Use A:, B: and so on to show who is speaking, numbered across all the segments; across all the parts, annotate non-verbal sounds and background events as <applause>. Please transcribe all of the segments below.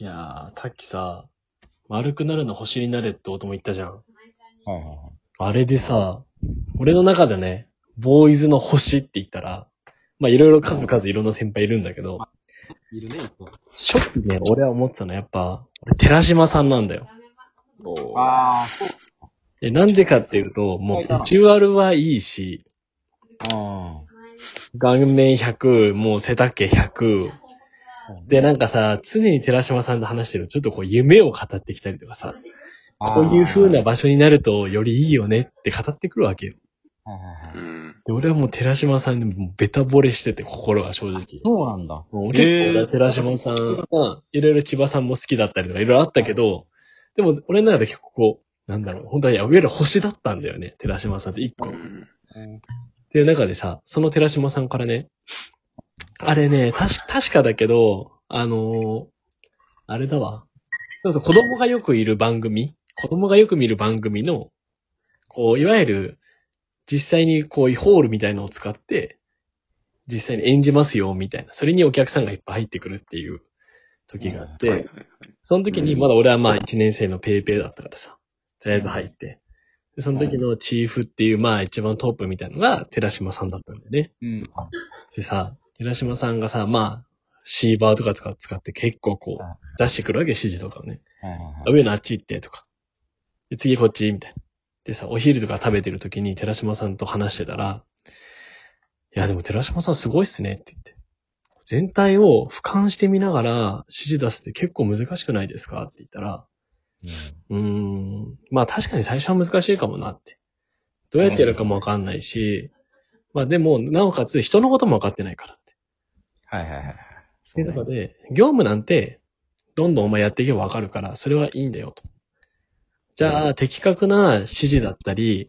A: いやー、さっきさ、丸くなるの星になれって大友言ったじゃん。
B: はいはいはい。
A: あれでさ、俺の中でね、ボーイズの星って言ったら、まあいろいろ数々いろんな先輩いるんだけど、
B: いるね、一個。
A: 初期ね、俺は思ってたのはやっぱ、俺寺島さんなんだよ。
B: あ
A: でなんでかっていうと、もうビジュアルはいいし、
B: あ。うん。
A: 顔面100、もう背丈100、で、なんかさ、常に寺島さんと話してると、ちょっとこう夢を語ってきたりとかさ、こういう風な。場所になるとよりいいよねって語ってくるわけよ。
B: はいはいはい。
A: で、俺はもう寺島さんにもうベタ惚れしてて、心が正直。
B: そうなんだ。
A: もう結構俺は寺島さん、まあいろいろ千葉さんも好きだったりとかいろいろあったけど、でも俺の中で結構こう、なんだろう、本当はいや、いわゆる星だったんだよね、寺島さんって一個。っていう中でさ、その寺島さんからね、あれね、たし、確かだけど、あのーあれだわ。そうそう、子供がよくいる番組、子供がよく見る番組の、こう、いわゆる、実際にこう、ホールみたいのを使って、実際に演じますよ、みたいな。それにお客さんがいっぱい入ってくるっていう時があって、
C: はいはいはい
A: その時に、まだ俺はまあ1年生のペイペイだったからさ、とりあえず入って。で、その時のチーフっていう、まあ一番トップみたいなのが寺島さんだったんだよね。
B: うん。
A: でさ、寺島さんがさ、まあ、シーバーとか使使って結構こ
B: うん
A: う、出してくるわけ、指示とかをね。
B: はいはいはい。
A: 上のあっち行って、とか。で、次こっち、みたいな。でさ、お昼とか食べてる時に寺島さんと話してたら、いや、でも寺島さんすごいっすねって言って。全体を俯瞰してみながら指示出すって結構難しくないですかって言ったら、うーん。まあ確かに最初は難しいかもなって。どうやってやるかもわかんないし、まあでも、なおかつ人のこともわかってないからって。
B: はいはいはい。
A: そういう中で、業務なんて、どんどんお前やっていけばわかるから、それはいいんだよと。じゃあ、的確な指示だったり、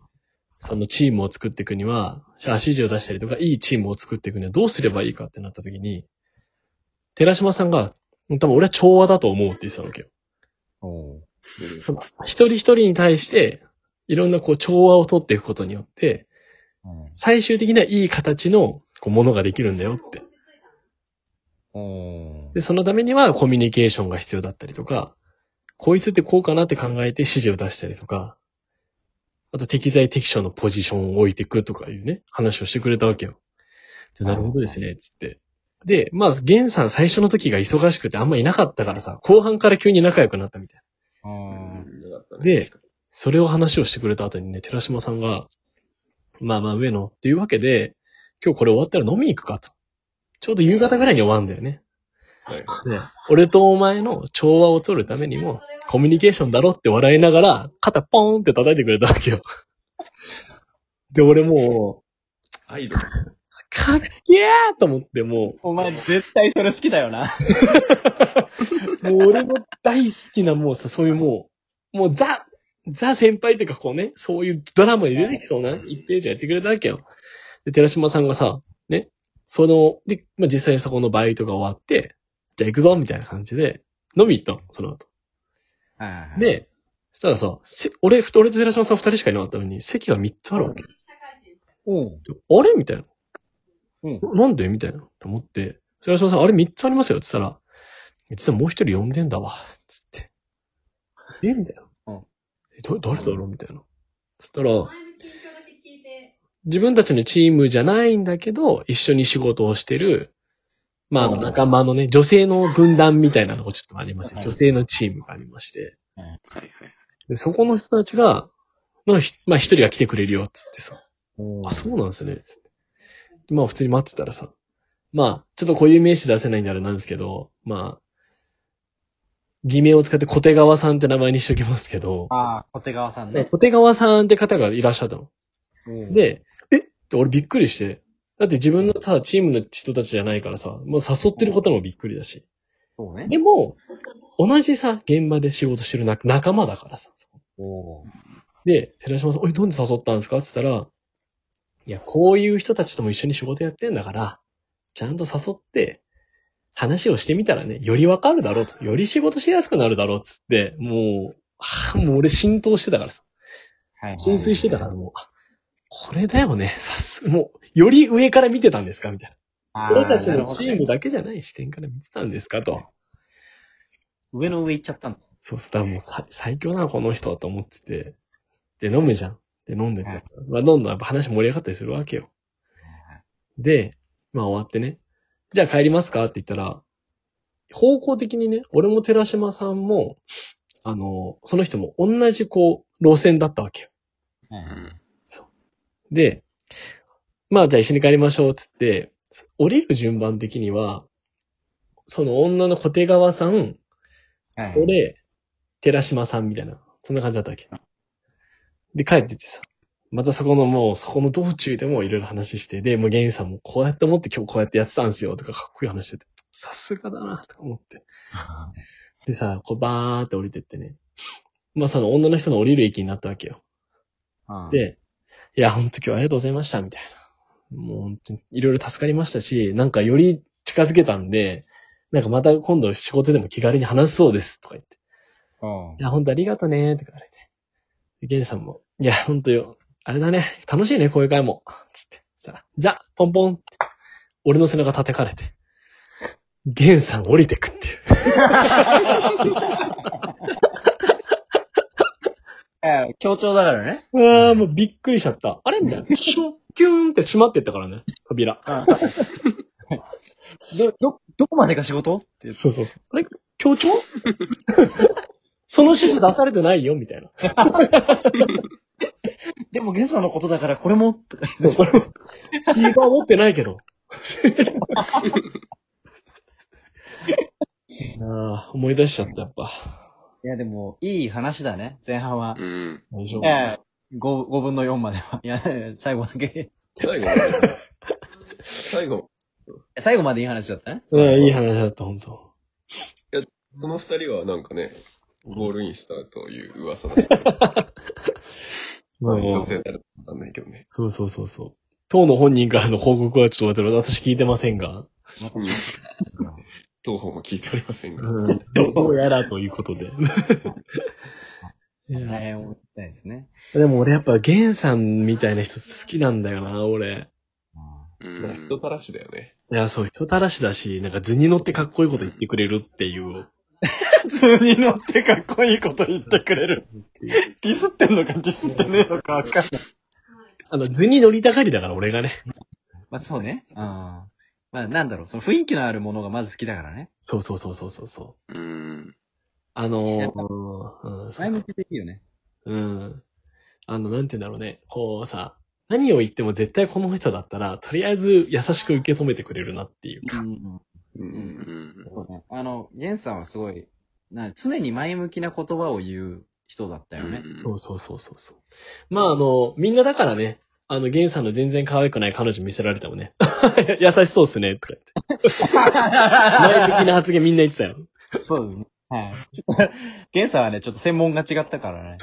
A: そのチームを作っていくには、じゃあ指示を出したりとか、いいチームを作っていくにはどうすればいいかってなった時に、寺島さんが、多分俺は調和だと思うって言ってたわけよ。
B: おう
A: その一人一人に対して、いろんなこう調和を取っていくことによって、
B: うん
A: 最終的にはいい形のこうものができるんだよって。
B: おう
A: で、そのためにはコミュニケーションが必要だったりとか、こいつってこうかなって考えて指示を出したりとか、あと適材適所のポジションを置いていくとかいうね、話をしてくれたわけよ。でなるほどですね、つって。で、まあ、ゲンさん最初の時が忙しくてあんまいなかったからさ、後半から急に仲良くなったみたいな。
B: うん。
A: で、それを話をしてくれた後にね、寺島さんが、まあまあ上野っていうわけで、今日これ終わったら飲みに行くかと。ちょうど夕方ぐらいに終わるんだよね。で、俺とお前の調和を取るためにも、コミュニケーションだろって笑いながら、肩ポーンって叩いてくれたわけよ。 <laughs> で、俺も
C: アイドル。
A: う、かっけーと思って、も
B: お前絶対それ好きだよな。
A: う、もう俺の大好きなもうさ、そういうもう、もうザ、ザ先輩っていうかこうね、そういうドラマに出てきそうな一ページをやってくれたわけよ。で、寺島さんがさ、ね、その、で、まあ、実際にそこのバイトが終わって、じゃあ行くぞみたいな感じで、飲み行ったの、その後。
B: で、
A: で、そしたらさ、せ俺、ふ俺と寺島さん二人しかいなかったのに、席が三つあるわけ。
B: おう
A: あれみたいな。
B: うん。
A: ななんでみたいな。と思って、寺島さん、あれ三つありますよって言ったら、実はもう一人呼んでんだわ。つって。えみたいな。
B: うん
A: え、ど、誰だろうみたいな。つったら、自分たちのチームじゃないんだけど、一緒に仕事をしてる、まあ、あの
B: うん
A: 仲間のね、女性の軍団みたいなのがちょっとありまして、
B: はい
A: 女性のチームがありまして
B: うん、
A: でそこの人たちが、まあ、ひまあ一人が来てくれるよ、つってさ、
B: おう
A: あ、そうなんですね、つって。でまあ、普通に待ってたらさ、まあ、ちょっとこういう名詞出せないんであれなんですけど、まあ、偽名を使って小手川さんって名前にしときますけど、
B: ああ、小手川さんね。
A: 小手川さんって方がいらっしゃったの。
B: おう、
A: で、えって俺びっくりして。だって自分のさ、チームの人たちじゃないからさ、もう誘ってることもびっくりだし。
B: そうね。
A: でも、同じさ、現場で仕事してるな仲間だからさ。そこ
B: おう
A: で、寺島さん、おい、どんで誘ったんですかって言ったら、いや、こういう人たちとも一緒に仕事やってんだから、ちゃんと誘って、話をしてみたらね、よりわかるだろうと。より仕事しやすくなるだろうっつって、もう、はあ、もう俺浸透してたからさ。
B: はいはい
A: 浸水してたからもう、あこれだよね、さすもう、より上から見てたんですかみたい
B: あー
A: 俺たち
B: な
A: の
B: るほど
A: チームだけじゃない視点から見てたんですかと。
B: 上の上行っちゃったんだ。
A: そうそう、だからもうさ最強なのこの人と思ってて。で、飲むじゃん。で、飲んでて
B: はい。
A: まあ、どんどんやっぱ話盛り上がったりするわけよ。で、まあ終わってね。じゃあ帰りますかって言ったら、方向的にね、俺も寺島さんも、あの、その人も同じこう、路線だったわけよ。
B: はいはい
A: で、まあじゃあ一緒に帰りましょうっつって、降りる順番的には、その女の小手川さん、
B: はいはい。
A: 俺、寺島さんみたいな、そんな感じだったわけ。で、帰っててさ、またそこのもう、そこの道中でもいろいろ話して、で、もう芸人さんもこうやって思って今日こうやってやってたんですよ、とかかっこいい話してて、さすがだな、とか思って。でさ、こうバーって降りてってね。まあその女の人の降りる駅になったわけよ。
B: うん、
A: で、いや、ほんと今日はありがとうございました、みたいな。もう本当にいろいろ助かりましたし、なんかより近づけたんで、なんかまた今度仕事でも気軽に話そうです、とか言って。
B: うん
A: いや、ほんとありがとね、って言われて。でゲンジさんも、いや、ほんとよ、あれだね、楽しいね、こういう会も。つって。さあ、じゃあ、ポンポンって。俺の背中叩かれて。ゲンさん降りてくっていう。
B: えー協調だからね。
A: うわー、もうびっくりしちゃった。あれみたいな。シュッ、キューンって閉まってったからね、扉。
B: ど、ど、どこまでが仕事って。
A: そうそうそう。あれ協調 <laughs> その指示出されてないよ、みたいな。
B: でも、ゲストのことだから、これも、とか言
A: <laughs>
B: って
A: チーバー持ってないけ <laughs> ど。ああ、思い出しちゃった、やっぱ。
B: いや、でも、いい話だね、前半は。
C: うん。
A: 大丈夫。
B: ええ五5、分の4までは。いや、最後だけ。
C: 最後。最後。
B: 最後までいい話だったね。
A: うん、いい話だった、本当
C: その二人はなんかね、ゴールインしたという噂だした。
A: まあ
C: 女
A: もう
C: 性誰だかわかんないけどね。
A: そうそうそうそう。当の本人からの報告はちょっと待って、私聞いてませんが、
C: うん当方も聞いておりませんが。
A: どうやらということで。 <laughs> いや
B: 大変思ったいですね。
A: でも俺やっぱゲンさんみたいな人好きなんだよな、俺。
C: 人たらしだよね。
A: いや、そう、人たらしだし、なんか図に乗ってかっこいいこと言ってくれるっていう。
B: 普通に乗ってかっこいいこと言ってく
A: <laughs>
B: れる。ディスってんのかディスってねえのかわかんない。
A: あの、図に乗りたがりだから、俺がね。
B: まあそうね。うん。まあなんだろう、その雰囲気のあるものがまず好きだからね。
A: そうそうそうそうそうそう。
C: うん。
A: あ
B: や
A: の
B: っぱ
A: ー、うん、そ
B: 前向
A: う
B: きでいいよね。
A: うん。あの、なんて言うんだろうね。こうさ、何を言っても絶対この人だったら、とりあえず優しく受け止めてくれるなっていう。
B: うん。
C: うんん。
B: そうね。あの、ゲンさんはすごい、な常に前向きな言葉を言う人だったよね。
A: そうそうそうそうそう。まあ、あの、みんなだからね、あの、ゲンさんの全然可愛くない彼女見せられてもね、 <laughs> 優しそうっすね、とか言って。
B: <laughs>
A: 前向きな発言みんな言ってたよ。
B: そうね。はい。ちょっと、 <laughs> ゲンさんはね、ちょっと専門が違ったからね。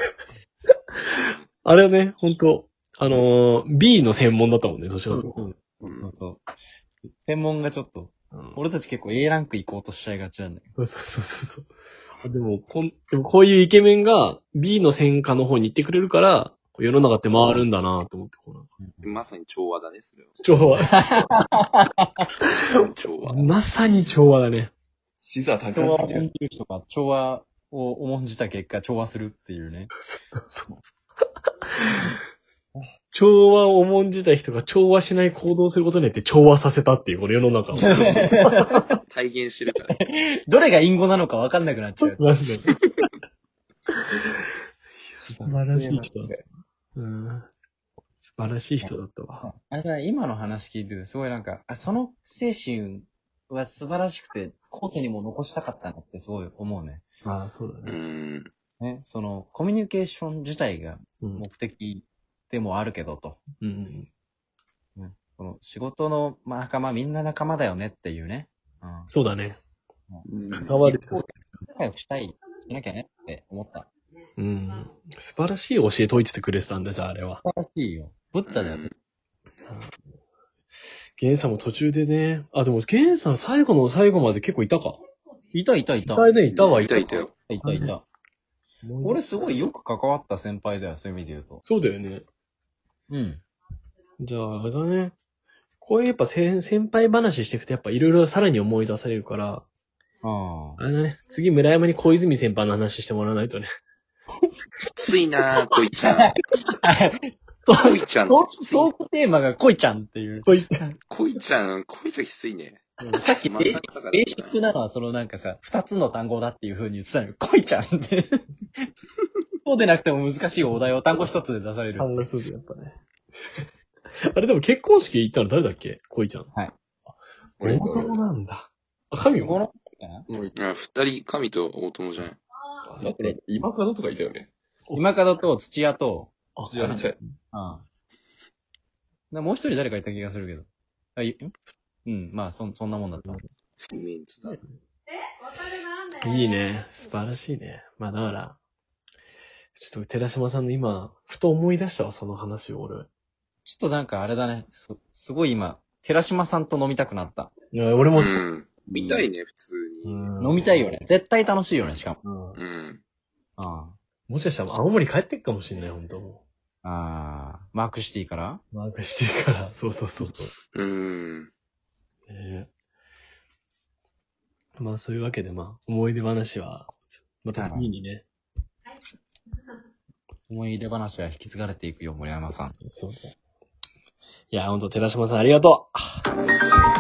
A: あれはね、本当あのー、B の専門だったもんね、どちらかというと。
B: そう
C: うん
B: そうそう。専門がちょっと、
A: うん
B: 俺たち結構 A ランク行こうとしちゃいがちなんだけど。
A: そうそうそうそうあ。でもこん、でもこういうイケメンが B の専科の方に行ってくれるから、世の中って回るんだなと思って、こうなんか
C: まさに調和だね、それは。
A: 調和。
C: 調和。
A: <laughs> まさに調和だね。
C: 死座高
B: 調和を
C: い
B: 研究とか、調和を重んじた結果、調和するっていうね。
A: 調和を重んじた人が調和しない行動をすることによって調和させたっていう、この世の中 <laughs> を。なんだ
C: 体現してるから。
B: どれが隠語なのか分かんなくなっちゃう。
A: ろう素晴らしい人だ。うん。素晴らしい人だったわ。
B: あれだね、今の話聞いてて、すごいなんか、あその精神は素晴らしくて、後世にも残したかったなってすごい思うね。
A: ああ、そうだ
C: う
A: ね。
C: ん。
B: ね、その、コミュニケーション自体が
A: うん
B: 目。的でもあるけどと。
A: うん。
B: この仕事のまあ仲間、みんな仲間だよねっていうね。うん。
A: そうだね。関
C: う
A: わる人
B: 仲良くしたい、しなきゃねって思った。
A: うん。素晴らしい教え解いててくれてたんだ、じゃあ、あれは。
B: 素晴らしいよ。ブッダだよね。
A: ゲンさんも途中でね。あ、でも、ゲンさん最後の最後まで結構いたか。
B: いたいたい
A: い
B: た。
A: たね、いたわ、
C: いたいたよ。
B: いたいた。俺すごいよく関わった先輩だよ、そういう意味で言うと。
A: そうだよね。
B: うん。
A: じゃあ、あれだね。こういうやっぱ先先輩話していくとやっぱいろいろさらに思い出されるから、
B: あ
A: あれだね、次村山に小泉先輩の話してもらわないとね。
D: きついなぁ、こいちゃん。こいちゃん、
B: ト <laughs>
D: きつい
B: ークテーマが恋ちゃんっていう。
A: こういった
D: こいちゃん、こいちゃんきついね。
B: さっきベーシッ
D: ッ
B: ク、ベーシックなのはそのなんかさ、二つの単語だっていう風に言ってたのよ。恋ちゃんって。そうでなくても難しいお題を単語一つで出される。
A: 考えそうでやっぱね。 <laughs> あれでも結婚式行ったの誰だっけ恋ちゃん。
C: 俺
A: 元々なんだ。あ、神
B: こ
A: よ。
B: の、
C: もう、
D: あ二人、神と大友じゃん。
C: だから、今かどとかいたよね。
B: 今門と土屋と、
A: あ
C: じゃ
B: う
C: あ、
B: ん。なもう一人誰かいた気がするけど。あいんうん、まあ、そん、そんなもんだった。
D: メンツだ。
A: いいね。素晴らしいね。まあだから、ちょっと寺島さんの今、ふと思い出したわ、その話を俺。
B: ちょっとなんかあれだね。す、すごい今、寺島さんと飲みたくなった。
A: いや、俺も
D: う、ん。見たいね、普通に。
B: 飲みたいよね。絶対楽しいよね、しかも。
A: うん。
D: うん。
B: あ
A: もしかしたら青森帰ってくかもしれない、本当も
B: あ。ああ。マークシティから
A: う。マークしてるから。 <laughs> そうそうそうそう。
D: うん。
A: ねえまあそういうわけで、まあ思い出話は、また次にね。
B: 思い出話は引き継がれていくよ、森山さん。
A: そうだいや、ほんと寺島さんありがとう。